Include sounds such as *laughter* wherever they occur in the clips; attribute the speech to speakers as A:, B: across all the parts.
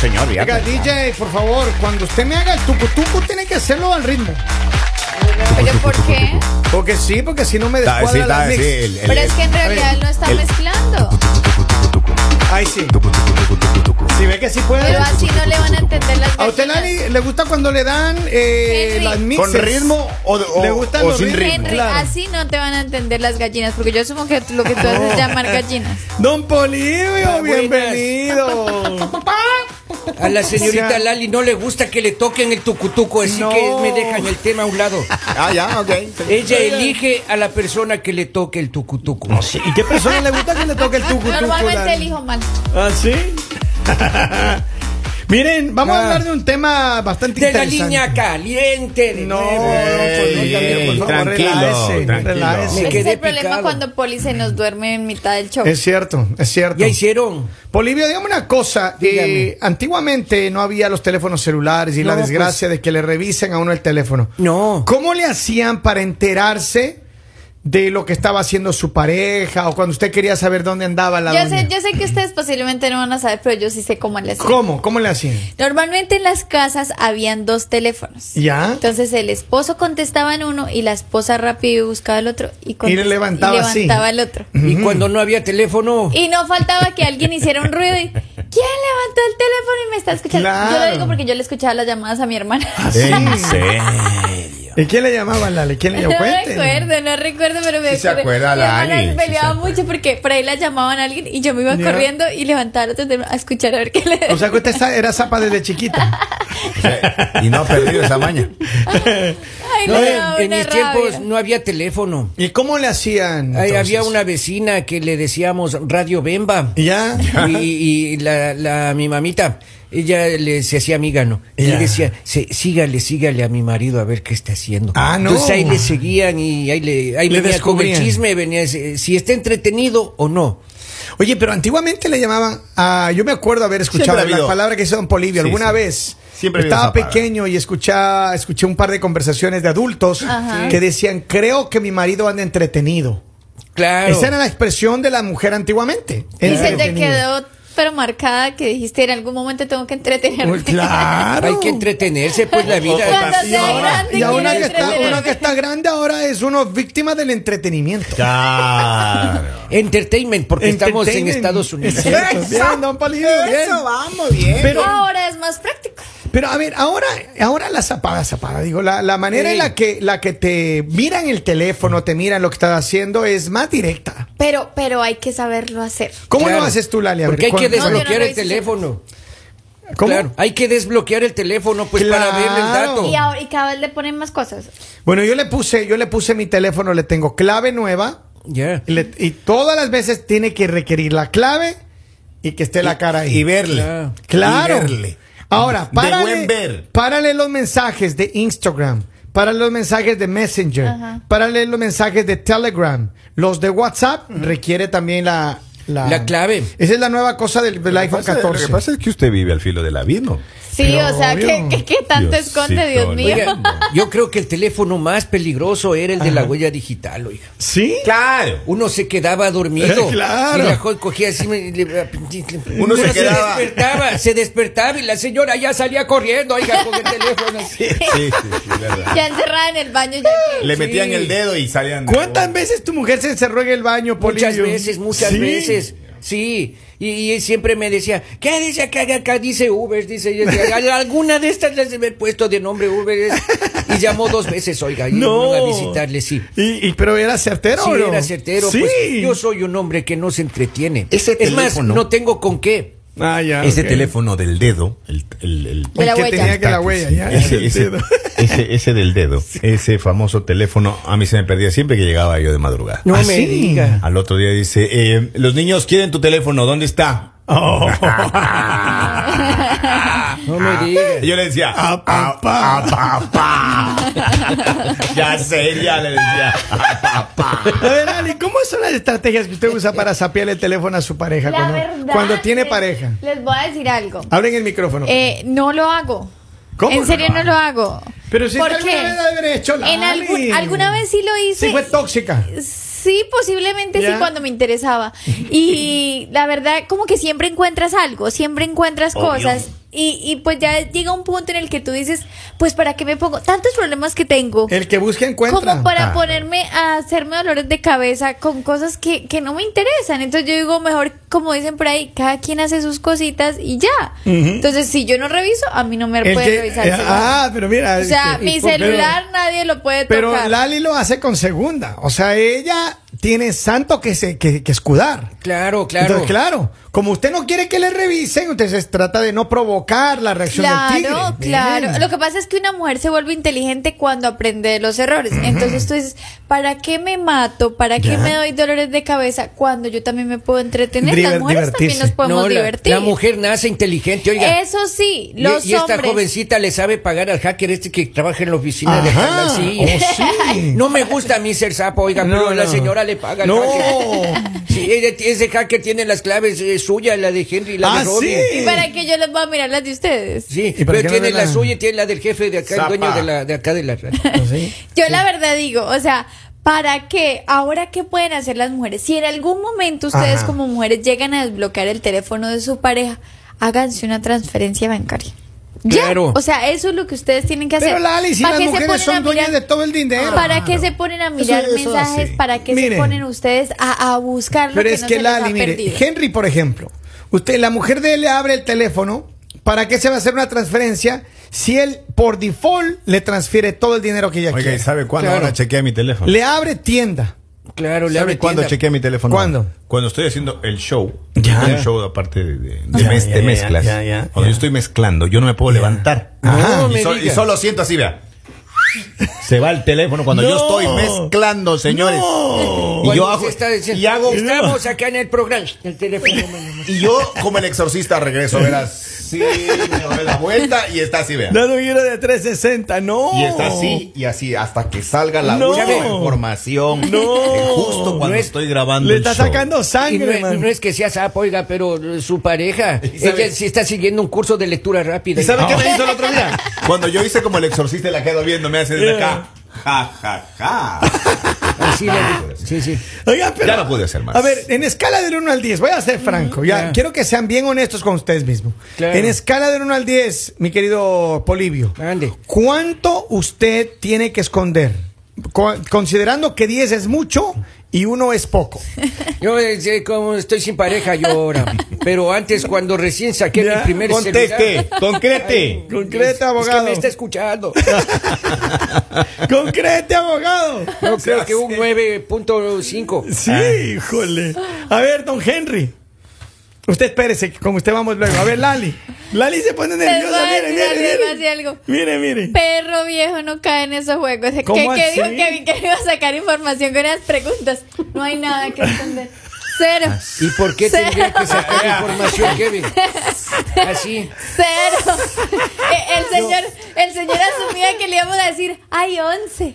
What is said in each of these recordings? A: señor, ya.
B: Oiga, DJ, por favor, cuando usted me haga el tucutuco, tiene que hacerlo al ritmo.
C: Oye, ¿por qué?
B: Porque sí, porque si no me
A: Está,
B: descuadra
A: sí,
B: la
A: está,
B: mix.
A: sí, el- el-
C: Pero es que en
B: ver.
C: realidad él no está
A: El-
C: mezclando.
B: Ay, sí.
A: Sí,
B: Si ve que sí
C: Pero
B: puede.
C: así no le van a entender las
B: ¿A usted,
C: vecinas.
B: Lali, le gusta cuando le dan eh,
C: Henry.
B: las mixes?
A: ¿Con ritmo o, o-
B: ¿Le gustan
A: o
B: los
A: sin
B: ritmos?
A: ritmo?
C: Henry,
B: claro.
C: así no te van a entender las gallinas, porque yo supongo que lo que tú haces es llamar gallinas.
B: Don Polivio, bienvenido.
D: A la señorita
B: O sea-
D: Lali no le gusta que le toquen el tucutuco, así
B: No.
D: que me dejan el tema a un
B: *laughs*
D: lado.
A: Ah, ya, ok.
D: Ella elige a la persona que le toque el tucutuco.
B: ¿Y qué persona le gusta que le toque el *laughs* tucu
C: Normalmente elijo mal.
B: ¿Ah, sí? Miren, vamos a
D: Ah.
B: hablar de un tema bastante
D: De la
B: interesante.
D: línea caliente. de
B: No, no,
D: nuevo.
B: pues no,
A: Ey,
B: Gabriel, por favor,
A: tranquilo,
B: relájese,
A: tranquilo.
B: relájese.
D: Me
C: Ese es
D: quedé
C: el problema
D: picado.
C: cuando Poli se nos duerme en mitad del show.
B: Es cierto, es cierto.
D: Ya hicieron.
B: Polivio, dígame una cosa.
D: Dígame.
B: eh, antiguamente no había los teléfonos celulares y la
D: No,
B: desgracia de que le revisen a uno el teléfono.
D: No.
B: ¿Cómo le hacían para enterarse de lo que estaba haciendo su pareja o cuando usted quería saber dónde andaba la
C: Yo
B: doña?
C: sé, yo sé que ustedes posiblemente no van a saber, pero yo sí sé cómo le hacen.
B: ¿Cómo? ¿Cómo le hacían?
C: Normalmente en las casas habían dos teléfonos.
B: ¿Ya?
C: Entonces el esposo contestaba en uno y la esposa rápido buscaba el otro y, contestaba-
B: le levantaba así.
C: levantaba el otro.
D: Y cuando no había teléfono.
C: Y no faltaba que alguien hiciera un ruido y ¿quién levantó el teléfono y me está escuchando? Yo
B: Claro.
C: lo digo porque yo le escuchaba las llamadas a mi hermana.
A: Ah,
C: *laughs*
A: En serio.
B: ¿Y quién le llamaba, Lale? ¿Quién le
C: No
B: llamó? Cuénteme.
C: recuerdo, no recuerdo, pero me
A: Sí se acuerda,
C: Mi hermana
A: Lali, sí se
C: peleaba
A: acuerda.
C: mucho porque por ahí la llamaban a alguien y yo me iba
B: Ya.
C: corriendo y levantaba el otro teléfono a escuchar a ver qué le
B: O sea que usted sa- era zapa desde chiquita.
A: O sea, y no ha perdido esa maña.
C: *laughs* Ay,
D: No,
C: le
D: en-
C: daba
D: en
C: una
D: mis
C: rabia.
D: tiempos no había teléfono.
B: ¿Y cómo le hacían?
D: Ahí
B: entonces?
D: había una vecina que le decíamos Radio Bemba.
B: ¿Ya?
D: y, y la, la- mi mamita, ella le, se hacía amiga, ¿no? Y
B: Ya.
D: le decía, "Sí, sígale, sígale a mi marido a ver qué está haciendo.
B: Ah, no.
D: Entonces ahí le seguían y ahí le, ahí
B: Le
D: venía con el
B: descubrían.
D: chisme, venía ese- si está entretenido o no.
B: Oye, pero antiguamente le llamaban a. Yo me acuerdo haber escuchado
A: Siempre ha
B: la
A: habido.
B: palabra que hizo Don Polivio.
A: Sí,
B: Alguna
A: sí.
B: vez
A: Siempre ha habido
B: estaba
A: esa palabra.
B: pequeño y escuchaba, escuché un par de conversaciones de adultos
C: Ajá.
B: que decían: Creo que mi marido anda entretenido.
D: Claro.
B: Esa era la expresión de la mujer antiguamente.
C: Y se te
B: Entretenido.
C: quedó pero marcada que dijiste en algún momento tengo que entretenerme.
B: Uy,
C: *laughs*
B: Claro.
D: Hay que entretenerse, pues la vida.
C: Cuando
B: Y
C: sea
B: ahora-
C: grande
B: y ahora
C: quiero
B: que está,
C: entretenerme.
B: uno que está grande ahora es uno víctima del entretenimiento.
A: Claro.
D: Entertainment, porque estamos en
B: Entertainment.
D: Estados Unidos.
B: *laughs* Es cierto, bien, don Polivio, bien.
E: vamos, bien.
B: Pero,
C: Ahora es más práctico.
B: pero a ver, ahora, ahora la zapada, zapada, digo, la, la manera
D: Sí.
B: en la que, la que te miran el teléfono, te miran lo que estás haciendo es más directa.
C: Pero, pero hay que saberlo hacer.
B: ¿Cómo
D: Claro.
B: lo haces tú, Lali? A ver,
D: Porque hay que
B: ¿cuál-
C: No, yo no lo
D: desbloquear el
C: hice.
D: teléfono.
B: ¿Cómo?
D: Claro, hay que desbloquear el teléfono pues para ver el
B: Claro.
D: dato.
C: Y ahora, y cada vez le ponen más cosas.
B: Bueno, yo le puse, yo le puse mi teléfono, le tengo clave nueva
C: *laughs*
D: Ya.
B: y, le- y todas las veces tiene que requerir la clave y que esté la cara ahí.
A: Y verle.
D: Claro.
B: Claro.
A: Y verle.
B: Ahora,
A: De
B: párale,
A: buen ver.
B: párale los mensajes de Instagram, párale los mensajes de Messenger,
C: Ajá.
B: párale los mensajes de Telegram, los de WhatsApp requiere también la,
D: La clave.
B: Esa es la nueva cosa del, del iPhone
A: Lo
B: 14.
A: que pasa es que usted vive al filo del abismo.
C: Sí,
B: Pero
C: o sea, ¿qué,
B: obvio.
C: qué, qué tanto
A: Diosito,
C: esconde, Dios
A: no.
C: mío?
D: Oiga, yo creo que el teléfono más peligroso era el de la huella digital, oiga.
B: ¿Sí?
A: Claro.
D: Uno se quedaba dormido.
B: Eh, claro.
D: Y la jo- cogía así. me- le- le-
A: Uno se
D: *laughs*
A: quedaba.
D: Se despertaba, se despertaba y la señora ya salía corriendo, oiga, con el teléfono. así.
A: Sí, sí, sí, verdad.
C: Ya encerrada en el baño. Ya que-
A: Le
D: Sí.
A: metían el dedo y salían.
B: ¿Cuántas veces tu mujer se encerró en el baño,
D: Muchas
B: Polillo?
D: veces, muchas
B: Sí.
D: veces. Sí. Y, y él siempre me decía, ¿qué dice acá, acá, acá? Dice Uber, dice, y yo decía, "Al- alguna de estas les he puesto de nombre Uber. es-". Y llamó dos veces, oiga, y
B: No.
D: no. a visitarle, sí.
B: ¿Y, y- pero era certero,
D: Si
B: o no?
D: era certero,
B: Sí.
D: pues, yo soy un hombre que no se entretiene.
A: Ese
D: es más,
A: teléfono-
D: no tengo con qué.
B: Ah, ya,
A: Ese
B: ok.
A: teléfono del dedo, el, el, el-
C: De la
B: El que
C: huella.
B: tenía que la huella, ya.
A: Ese,
B: el
A: ese,
B: dedo.
A: ese- ese del
B: *laughs*
A: dedo, ese famoso teléfono, a mí se me perdía siempre que llegaba yo de madrugada.
D: No
B: ¿Ah,
D: me
B: sí?
D: diga.
A: Al otro día dice, eh, los niños quieren tu teléfono, ¿dónde está?
B: Oh.
D: No
B: Ah.
D: me
A: Y
D: diga.
A: *laughs* yo le decía, "A papá, a *laughs* papá". ya sé, ya le decía, "A papá.
B: A ver, Ali, ¿cómo son las estrategias que usted usa para sapear el teléfono a su pareja
C: La
B: cuando,
C: verdad,
B: cuando tiene
C: les-
B: pareja?
C: Les voy a decir algo.
B: Hablen el micrófono.
C: Eh, no lo hago.
B: ¿Cómo
C: en
B: no
C: serio
B: lo
C: no lo hago.
B: Pero si
C: ¿Por
B: alguna
C: qué?
B: vez la haber hecho,
C: en
B: Lali.
C: algún- alguna vez sí lo hice.
B: Sí fue tóxica.
C: Sí, posiblemente
B: ¿Ya?
C: sí cuando
B: *laughs*
C: me interesaba. Y la verdad, como que siempre encuentras algo, siempre encuentras
A: Obvio.
C: cosas. Y, y pues ya llega un punto en el que tú dices, pues para qué me pongo tantos problemas que tengo.
B: El que busca encuentra.
C: Como para
A: Ah.
C: ponerme a hacerme dolores de cabeza con cosas que, que no me interesan. Entonces yo digo, mejor, como dicen por ahí, cada quien hace sus cositas y ya. Entonces, si yo no reviso, a mí no me
B: El
C: puede
B: que-
C: pues, revisar. el
B: eh,
C: celular.
B: ah, pero mira.
C: o
B: es
C: sea,
B: que-
C: mi
B: pero-
C: celular nadie lo puede
B: Pero,
C: tocar.
B: Lali lo hace con segunda. O sea, ella tiene santo que, se, que, que escudar.
D: Claro, claro.
B: Entonces, claro, como usted no quiere que le revisen, usted se trata de no provocar la reacción del tigre.
C: Claro, claro.
B: Bien.
C: Lo que pasa es que una mujer se vuelve inteligente cuando aprende de los errores. Entonces tú dices, ¿para qué me mato? ¿Para qué
B: Ya.
C: me doy dolores de cabeza cuando yo también me puedo entretener?
B: Diver-
C: Las mujeres
B: divertirse.
C: también nos podemos
D: No, la-
C: divertir. Eh,
D: La, mujer nace inteligente, oiga.
C: Eso sí,
D: Y-
C: los
D: y, esta
C: hombres.
D: jovencita le sabe pagar al hacker este que trabaja en la oficina de
B: Ajá,
D: Harlan, sí.
B: oh, sí.
D: *laughs* No me gusta a mí ser sapo, oiga,
B: No,
D: pero la
B: no.
D: señora le paga al
B: No.
D: hacker. *laughs* Sí, ella- ese hacker tiene las claves eh, suyas, la de Henry y la
B: Ah,
D: de Robin.
B: sí.
C: ¿Y para que yo les voy a mirar las de ustedes?
D: Sí,
B: ¿Y para
D: pero
B: qué no
D: tiene
B: de
D: la...
B: la-
D: suya y tiene la del jefe de acá,
A: Zapa.
D: el dueño de, la, de acá de la radio.
B: Sí.
C: Yo la verdad digo, o sea, ¿para qué? ¿Ahora qué pueden hacer las mujeres? Si en algún momento ustedes
B: Ajá.
C: como mujeres llegan a desbloquear el teléfono de su pareja, háganse una transferencia bancaria. Ya,
D: Claro.
C: o sea, eso es lo que ustedes tienen que hacer.
B: Pero Lali, si
C: ¿Para
B: las
C: qué se
B: mujeres
C: ponen a
B: son dueñas
C: mirar-
B: de todo el dinero.
C: ¿Para qué se ponen a mirar
A: Eso- eso
C: mensajes?
A: así.
C: ¿Para qué
B: Miren.
C: se ponen ustedes a, a buscar lo
B: Pero
C: que
B: es
C: no
B: que
C: se les ha
B: Lali, mire,
C: perdido?
B: Henry, por ejemplo, usted, la mujer de él le abre el teléfono, ¿para qué se va a hacer una transferencia si él por default le transfiere todo el dinero que ella
A: Oiga, ¿y
B: quiere?
A: sabe cuándo
D: Claro.
A: ahora chequea mi teléfono?
B: Le abre tienda.
D: Claro, le
A: ¿Sabe
D: abre
A: cuándo
D: tienda.
A: chequea mi teléfono?
B: ¿Cuándo?
A: Cuando estoy haciendo el show.
B: Ya.
A: Un show aparte de, de- de
B: Ya,
A: mez-
B: ya,
A: de
B: ya,
A: mezclas.
B: ya, ya,
A: Cuando
B: ya.
A: yo estoy mezclando, yo no me puedo levantar.
D: Ajá. No
A: y,
D: me
A: sol-
D: diga.
A: y solo siento así, vea. Se va el teléfono cuando
B: No.
A: yo estoy mezclando, señores. Y
D: Cuando
A: yo
D: se
A: hago.
D: está diciendo,
A: y hago-
D: Estamos acá en el programa. El teléfono. mano.
A: Y yo, como el exorcista, regreso, verás. Sí, me doy la vuelta y está así, vea.
B: dinero de 360, no.
A: Y está así y así hasta que salga la
B: No.
A: última información.
B: No.
A: Eh, Justo cuando
D: No es-
A: estoy grabando.
B: Le
A: el
B: está
A: show.
B: sacando
D: Y no,
B: sangre,
D: es-
B: man.
D: no es que sea sapo, oiga, pero su pareja,
A: ¿Y sabe-
D: ella sí está siguiendo un curso de lectura rápida.
B: ¿Y sabe
A: No.
B: qué me hizo el otro día?
A: *laughs* Cuando yo hice como el exorcista y la quedo viendo, me hace desde
B: Yeah.
A: acá. Ja, ja, ja.
B: *laughs*
D: Así le- sí, sí.
B: Oiga, pero-
A: Ya no pude hacer más.
B: A ver, en escala del 1 al 10, voy a ser franco, ya
D: Claro.
B: quiero que sean bien honestos con ustedes mismos.
D: Claro.
B: En escala del 1 al 10, mi querido Polivio,
D: Ande.
B: ¿cuánto usted tiene que esconder? Co- considerando que 10 es mucho y 1 es poco.
D: Yo eh, sé como estoy sin pareja yo ahora, pero antes cuando recién saqué
B: Ya,
D: mi primer
A: Conteste,
D: celular.
A: concrete.
B: Eh, *laughs* Concrete,
D: Es- es que
B: abogado.
D: me está escuchando.
B: *laughs* Concrete, abogado.
D: Yo creo que un 9.5.
B: Sí, híjole. A ver, don Henry. Usted espérese, que con usted vamos luego. A ver, Lali. Lali se pone
C: voy a
B: nerviosa. Mire,
C: decir algo, les voy a
B: mire,
C: decir algo.
B: mire. Mire, mire.
C: Perro viejo no cae en esos juegos. ¿Qué,
B: ¿Cómo
C: qué
B: así?
C: dijo Kevin que iba a sacar información con esas preguntas? No hay nada que entender. Cero.
D: ¿Y por qué
C: Cero.
D: tendría que sacar información, Kevin? Así.
C: Cero.
B: *laughs*
C: Eh, El señor, el señor asumía que le íbamos a decir, hay 11.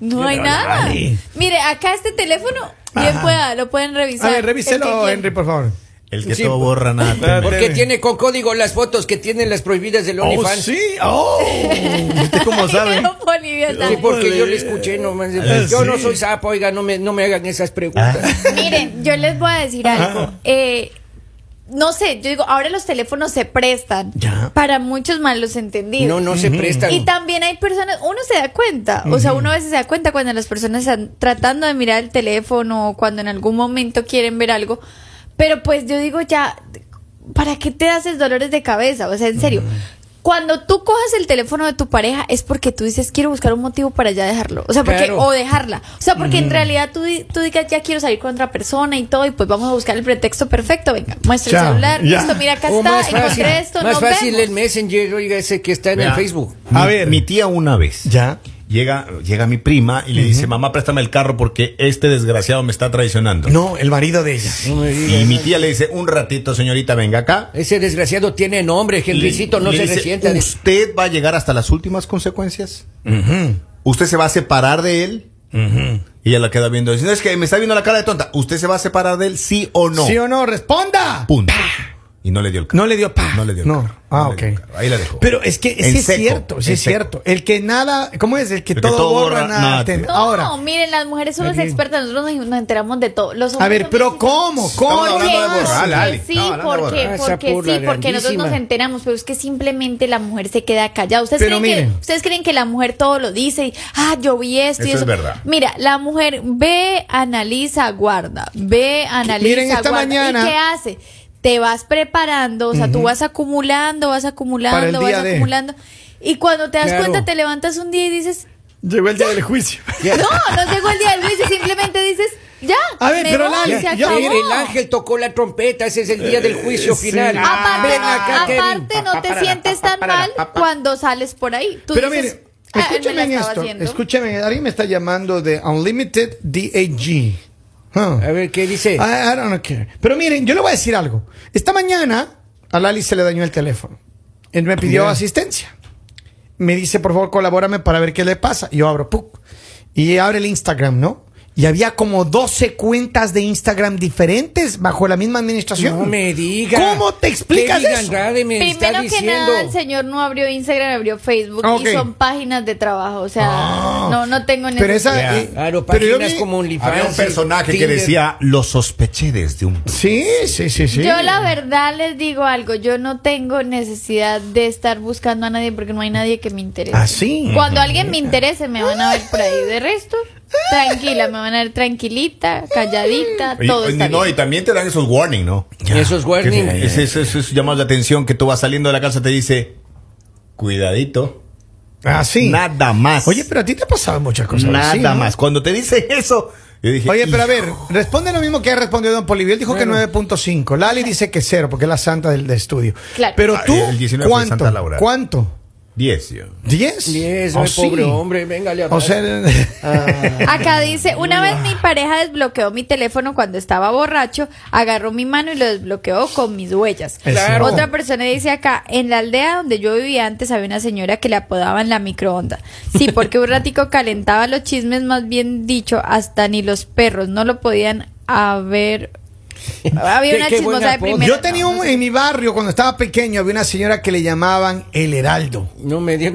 C: No hay nada.
B: Lali.
C: Mire, acá este teléfono, bien pueda, lo pueden revisar.
B: A ver,
C: El que
B: revíselo,
C: quiera.
B: Henry, por favor.
A: El que
D: Sí.
A: todo borra nada. teme.
D: Porque tiene con código las fotos que tienen las prohibidas del OnlyFans.
B: Oh, sí. Oh.
A: ¿Usted
C: *laughs*
A: cómo sabe?
C: No, Bolivia,
D: Sí,
C: ¿sabe?
D: porque yo le escuché nomás. Yo no soy sapo, oiga, no me, no me hagan esas preguntas.
C: Ah. Miren, yo les voy a decir algo. Eh, no sé, yo digo, ahora los teléfonos se prestan
B: Ya.
C: para muchos malos entendidos.
D: No, no se prestan.
C: Y también hay personas, uno se da cuenta, o sea, uno a veces se da cuenta cuando las personas están tratando de mirar el teléfono o cuando en algún momento quieren ver algo, pero pues yo digo ya, ¿para qué te haces dolores de cabeza? O sea, en serio. Cuando tú cojas el teléfono de tu pareja es porque tú dices quiero buscar un motivo para ya dejarlo, o sea, porque
D: Claro. Mm.
C: o dejarla, o sea, porque en realidad tú, di- tú digas ya quiero salir con otra persona y todo y pues vamos a buscar el pretexto perfecto, venga, muestra
B: Chao,
C: el celular,
B: ya.
C: listo, mira acá
D: O
C: está,
D: más fácil,
C: encontré esto,
D: más
C: nos
D: fácil
C: vemos.
D: el Messenger, oiga, ese que está en el
A: Vea,
D: Facebook.
B: A
A: mi-
B: ver.
A: Mi tía una vez.
B: Ya.
A: Llega, llega mi prima y le dice, mamá, préstame el carro porque este desgraciado me está traicionando.
B: No, el marido de ella.
D: No me
A: Y
D: digas.
A: mi tía le dice, un ratito, señorita, venga acá.
D: Ese desgraciado tiene nombre, Henrycito, no
A: Le
D: se
A: dice,
D: resienta.
A: ¿Usted va a llegar hasta las últimas consecuencias? ¿Usted se va a separar de él? Y ella la queda viendo. Dice, "No, es que me está viendo la cara de tonta. ¿Usted se va a separar de él, sí o no?
B: ¿Sí o no? Responda.
A: Punto. Y no le dio el carro.
B: No le dio pa.
A: No le dio el
B: No.
A: carro.
B: Ah,
A: No le dio
B: ok.
A: el carro. Ahí la dejó.
B: Pero es que
A: En
B: sí es
A: seco,
B: cierto, sí
A: en
B: es
A: seco.
B: cierto. El que nada, ¿cómo es? El que,
A: El que
B: todo, borra, nada.
A: teme.
B: teme.
C: No,
B: Ahora.
C: miren, las mujeres somos
B: Aquí.
C: expertas, nosotros nos, nos enteramos de todo. Los hombres
B: A ver,
C: son
B: pero
C: bien-
B: ¿cómo?
A: Estamos
B: ¿Cómo?
C: Porque,
A: hablando de borrar,
C: porque
A: Lali.
C: sí,
A: No, hablando de
C: porque,
A: borrar.
D: Esa
C: porque sí,
D: burla
C: porque nosotros
D: grandísima.
C: nos enteramos, pero es que simplemente la mujer se queda callada. ¿Ustedes,
B: Pero
C: creen,
B: miren.
C: que, ¿ustedes creen que la mujer todo lo dice? y, ah, yo vi esto y eso.
A: Eso es verdad.
C: Mira, la mujer ve, analiza, guarda. Ve, analiza,
B: Miren, esta
C: guarda.
B: mañana-
C: ¿Y qué hace? Te vas preparando, o sea, tú vas acumulando, vas
B: Para el
C: acumulando, vas
B: día de.
C: acumulando. Y cuando te das
D: Claro.
C: cuenta, te levantas un día y dices,
B: Llegó el día del juicio.
D: Ya.
C: no, no llegó el día del juicio, simplemente dices, ya.
B: A ver,
C: me
B: pero
C: voy,
B: Lali,
C: se
B: ya-
C: acabó.
D: El, el ángel tocó la trompeta, ese es el día del juicio
B: sí.
D: final.
B: Ah,
C: Aparte,
D: Ven
C: no,
D: acá, Kevin.
C: aparte no te sientes tan mal cuando sales por ahí. Tú
B: Pero
C: dices,
B: mire,
C: "Ah, él me la
B: escúchame en
C: estaba
B: esto.
C: haciendo".
B: Escúchame, alguien me está llamando de Unlimited DAG. Huh.
D: A ver, ¿qué dice?
B: I, I don't care. Pero miren, yo le voy a decir algo. Esta mañana a Lali se le dañó el teléfono. Él me pidió asistencia. Me dice, por favor, colabórame para ver qué le pasa. Y yo abro, ¡puc! Y abre el Instagram, ¿no? Y había como 12 cuentas de Instagram diferentes bajo la misma administración.
D: No me digas.
B: ¿Cómo te explicas eso?
D: Andrade me está
C: Primero que
D: diciendo.
C: nada, el señor no abrió Instagram, abrió Facebook
B: Ah, ok.
C: y son páginas de trabajo. O sea,
B: Ah.
C: no, no tengo
B: Pero esa.
A: Ya.
B: eh,
D: Claro,
B: pero yo
D: páginas
B: vi-
D: como OnlyFans.
A: Había un personaje que
D: Tinder.
A: decía, lo sospeché desde un...
B: Sí, sí, sí, sí.
C: Yo la verdad les digo algo, yo no tengo necesidad de estar buscando a nadie porque no hay nadie que me interese.
B: Ah, sí.
C: Cuando alguien me interese me van a ver por ahí. De resto, tranquila, me van a ver tranquilita, calladita,
A: Y-
D: pues
C: todo
A: y
C: está
A: no,
C: bien.
A: y también te dan esos warning, ¿no?
D: Ya. Esos warning.
A: Que- Es, es, es- es llamado la atención que tú vas saliendo de la casa te dice, cuidadito,
B: Ah, sí.
A: nada más.
B: Oye, pero a ti te ha pasado muchas cosas.
A: nada
B: así, ¿no?
A: más. Cuando te dice eso, yo dije,
B: Oye, pero a
A: "Hijo".
B: ver, responde lo mismo que ha respondido Don Polivio. Él dijo
D: Bueno.
B: que 9.5. Lali dice que cero, porque es la santa del, del estudio.
C: Claro.
B: Pero
A: Ah,
B: tú,
A: el 19 fue
B: ¿cuánto?
A: Santa Laura.
B: ¿Cuánto?
A: Diez, yo.
B: ¿Diez?
D: Diez,
B: Oh,
D: ay, pobre
B: sí.
D: hombre, Ah. venga, le
B: O sea,
C: Acá dice, una vez mi pareja desbloqueó mi teléfono cuando estaba borracho, agarró mi mano y lo desbloqueó con mis huellas.
D: Claro.
C: Otra persona dice acá, en la aldea donde yo vivía antes había una señora que le apodaban la microonda. Sí, porque un ratico calentaba los chismes, más bien dicho, hasta ni los perros no lo podían haber... Había
D: Qué-
C: una
D: qué buen
C: chismosa de
D: apodo.
C: primera.
B: *laughs* yo tenía un, en mi barrio, cuando estaba pequeño, había una señora que le llamaban El Heraldo.
D: no me dio-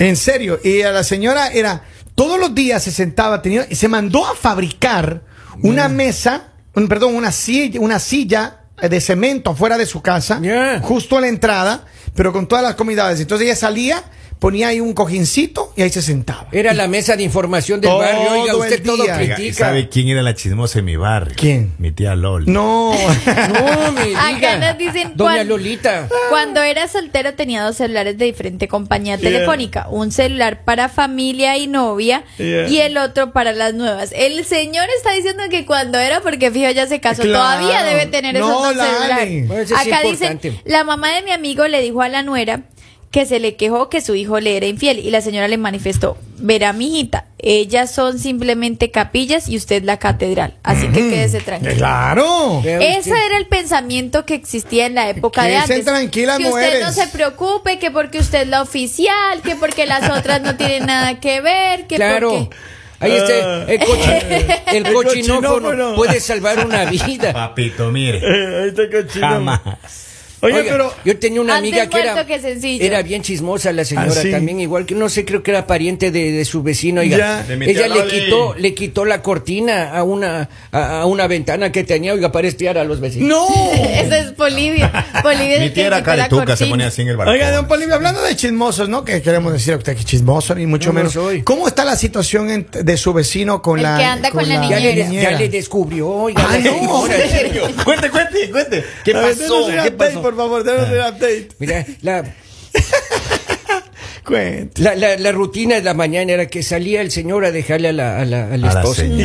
B: En serio. Y a la señora era, todos los días se sentaba, tenía, y se mandó a fabricar una
D: Mm.
B: mesa, un- perdón, una silla, una silla eh, de cemento afuera de su casa,
D: Yeah.
B: justo a la entrada, pero con todas las comidades. Entonces ella salía, ponía ahí un cojincito y ahí se sentaba.
D: *laughs* Era la mesa de información del
B: Todo
D: barrio. Oiga,
B: el
D: usted todo
B: día.
A: Oiga, ¿y
D: critica.
A: ¿Sabe quién era la chismosa en mi barrio?
B: ¿Quién?
A: Mi tía Lol.
B: *laughs* No.
D: No me
C: Acá
D: diga.
C: nos dicen
D: Doña
C: cuán-
D: Lolita.
C: Cuando era soltero tenía dos celulares de diferente compañía telefónica, un celular para familia y novia y el otro para las nuevas. El señor está diciendo que cuando era porque fijo ya se casó,
B: Claro.
C: todavía debe tener
B: No,
C: esos dos
B: Lali.
C: celulares.
D: Bueno, eso es
C: Acá dicen,
D: importante.
C: la mamá de mi amigo le dijo a la nuera que se le quejó que su hijo le era infiel y la señora le manifestó, verá mi hijita, ellas son simplemente capillas y usted la catedral, así *laughs* que quédese tranquila.
B: Mm. claro.
D: Vea usted.
C: Ese era el pensamiento que existía en la época de
B: Que
C: antes.
B: estén tranquilas,
C: que usted
B: mujeres.
C: no se preocupe, que porque usted es la oficial, que porque las otras no tienen nada que ver, que
D: Claro.
C: porque... *laughs*
D: Ahí está.
B: *laughs*
D: El, cochi- el cochinófono
B: Ah. cochinófono.
D: puede salvar una vida.
A: Papito, mire.
B: Eh,
A: Jamás.
B: *laughs* Oye,
D: Oiga,
B: pero
D: yo tenía una
C: Antes
D: amiga que era
C: muerto que sencillo.
D: era bien chismosa la señora
B: Ah, sí.
D: también igual que no sé creo que era pariente de, de su vecino oiga.
B: Ya.
A: De mi tía
D: ella le
A: Loli.
D: quitó le quitó la cortina a una a, a una ventana que tenía oiga para espiar a los vecinos
B: no.
C: Esa es Bolivia. Bolivia es
A: Mi
C: el que
A: tía era
C: quitó la
A: caretuca, se
C: cortina.
A: ponía así en el barrio.
B: Oiga, don Polivio, hablando de chismosos, ¿no? Que queremos decir a usted que chismoso, ni mucho
D: No lo
B: menos.
D: soy.
B: ¿Cómo está la situación en- de su vecino con
C: El
B: la.
C: que anda con la
D: ya le,
C: niñera.
D: ya le descubrió oiga
B: Ah,
D: la
B: no.
D: señora.
A: *laughs* Cuente, cuente, cuente. ¿Qué
B: A ver,
A: pasó?
B: denos un
A: ¿Qué
B: update,
A: pasó?
B: por favor, denos un update.
D: mira la
B: Cuenta.
D: La, la, la rutina de la mañana era que salía el señor a dejarle a la, a la, a la
A: A la
D: esposa.
A: señora.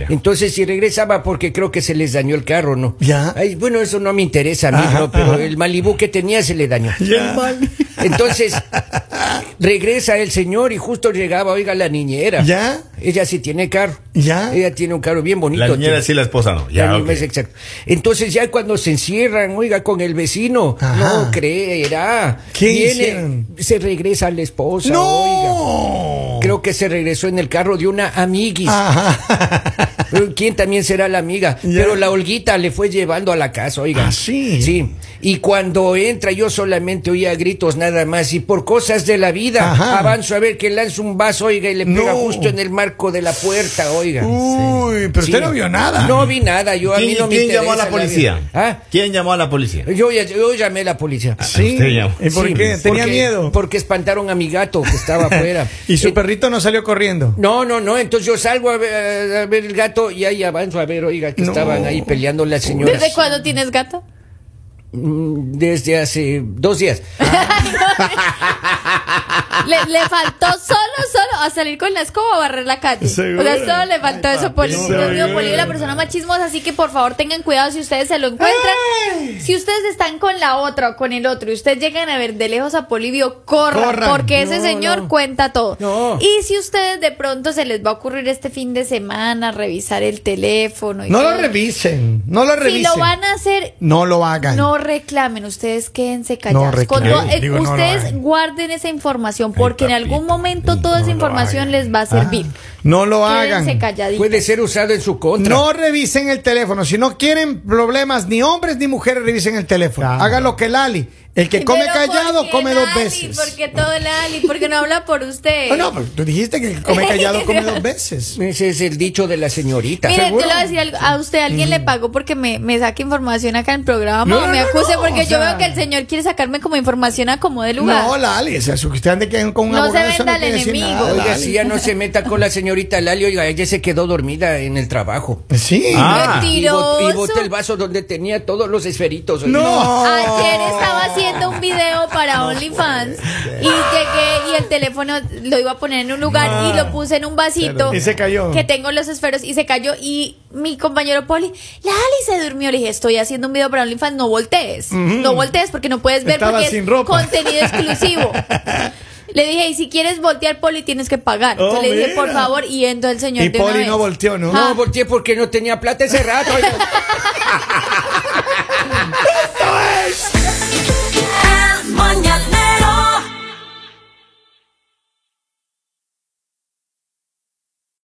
B: Ya.
D: Entonces, si regresaba porque creo que se les dañó el carro, ¿no?
B: Ya.
D: Ay, bueno, eso no me interesa a mí, ¿no? Pero el Malibú que tenía se le dañó.
B: Ya.
D: Entonces, regresa el señor y justo llegaba, oiga, la niñera.
B: Ya.
D: Ella sí tiene carro.
B: Ya.
D: Ella tiene un carro bien bonito.
A: La niñera
D: tiene.
A: sí, la esposa no.
D: La
A: Ya,
D: misma
A: ok.
D: es exacto. Entonces ya cuando se encierran, oiga, con el vecino,
B: Ajá.
D: no creerá.
B: ¿Qué hicieron?
D: se regresa a la esposa, oiga.
B: ¡No! Ah,
D: Creo que se regresó en el carro de una amiguis.
B: Ajá.
D: Pero ¿Quién también será la amiga?
B: Ya.
D: Pero la Olguita le fue llevando a la casa, oiga.
B: Ah, sí.
D: Sí. Y cuando entra yo solamente oía gritos nada más y por cosas de la vida
B: Ajá.
D: avanzo a ver que lanza un vaso, oiga, y le pega
B: No.
D: justo en el marco de la puerta, oiga.
B: Uy, pero
D: Sí.
B: usted no vio nada.
D: No vi nada, yo a mí
A: ¿Quién,
D: no me
A: quién llamó a
D: interesa
A: la policía?
D: vida. ¿Ah?
A: ¿Quién llamó a la policía?
D: Yo, ya- yo llamé a la policía.
B: Ah, Sí.
A: Usted llamó.
B: ¿Y por
D: Sí,
B: qué? Tenía
D: porque-
B: miedo.
D: Porque espantaron a mi gato que
B: *laughs*
D: estaba afuera.
B: Y su
D: Eh,
B: perrito no salió corriendo.
D: No, no, no, entonces yo salgo a ver, a ver el gato y ahí avanzo a ver, oiga, que
B: No.
D: estaban ahí peleando las señoras.
C: ¿Desde cuándo tienes gato?
D: Mm, Desde hace dos días.
C: Le, le faltó solo, solo a salir con la escoba a barrer la calle.
B: Seguro.
C: O sea, solo le faltó eso por el
B: Seguro.
C: Dios mío, Bolivia, la persona más chismosa. Así que por favor tengan cuidado si ustedes se lo encuentran. Si ustedes están con la otra o con el otro y ustedes llegan a ver de lejos a Polivio, corran,
B: Corran.
C: porque ese
D: No,
C: señor
D: no.
C: cuenta todo.
D: No.
C: Y si ustedes de pronto se les va a ocurrir este fin de semana revisar el teléfono y
B: No lo
C: todo,
B: revisen. No lo
C: Si
B: revisen.
C: lo van a hacer,
B: No lo hagan.
C: no reclamen, ustedes quédense
B: No
C: callados.
B: reclamen.
C: Con todo- eh,
B: Digo, no lo
C: ustedes
B: hagan.
C: guarden esa información porque en
A: papito,
C: algún momento toda esa
A: no lo
C: información
A: hagan.
C: les va a servir.
B: Ah. No lo hagan.
C: quédense calladitos.
D: Puede ser usado en su contra.
B: No revisen el teléfono. Si no quieren problemas, ni hombres ni mujeres revisen el teléfono. Hagan lo que Lali. El
C: *laughs*
B: que come
C: Pero ¿por
B: callado
C: qué
B: come dos
C: Lali?
B: veces. Oh,
C: ¿Por qué todo Lali? Porque no habla por usted.
B: No, no, pero tú dijiste que el que come callado come dos veces.
D: Ese es el dicho de la señorita.
C: Mire,
B: ¿seguro?
C: yo le voy a decir algo. A usted alguien
A: Mm.
C: le pagó porque me, me saque información acá en el programa
B: No, no,
C: o me
B: no,
C: acuse
B: no,
C: porque
B: o sea-
C: yo veo que el señor quiere sacarme como información a como de lugar.
B: No, Lali, o sea, si usted anda que- con un
C: No se
B: abogado, eso
C: venda al
B: quiere decir
C: enemigo.
B: nada,
D: Oiga,
B: Lali.
D: si ya no se meta con la señorita Lali, oiga, ella se quedó dormida en el trabajo.
B: Sí.
A: Ah.
D: Y bot- y
C: Mentiroso.
D: boté el vaso donde tenía todos los esferitos. oiga.
B: No.
C: Ayer estaba haciendo un video para OnlyFans y llegué y el teléfono lo iba a poner en un lugar y lo puse en un vasito.
B: Y se cayó.
C: Que tengo los esferos y se cayó. Y mi compañero Poli, la Ali se durmió. Le dije, estoy haciendo un video para OnlyFans, no voltees. No voltees porque no puedes ver
B: Estaba
C: porque es
B: sin ropa. *laughs*
C: contenido exclusivo. Le dije, y si quieres voltear, Poli, tienes que pagar.
B: Oh,
C: Entonces le dije, por
B: mira.
C: favor, y entró el señor
B: Y
C: de una
B: Poli no
C: vez.
B: volteó, ¿no?
D: No, volteé porque no tenía plata ese rato. oiga.
B: ¡Esto es!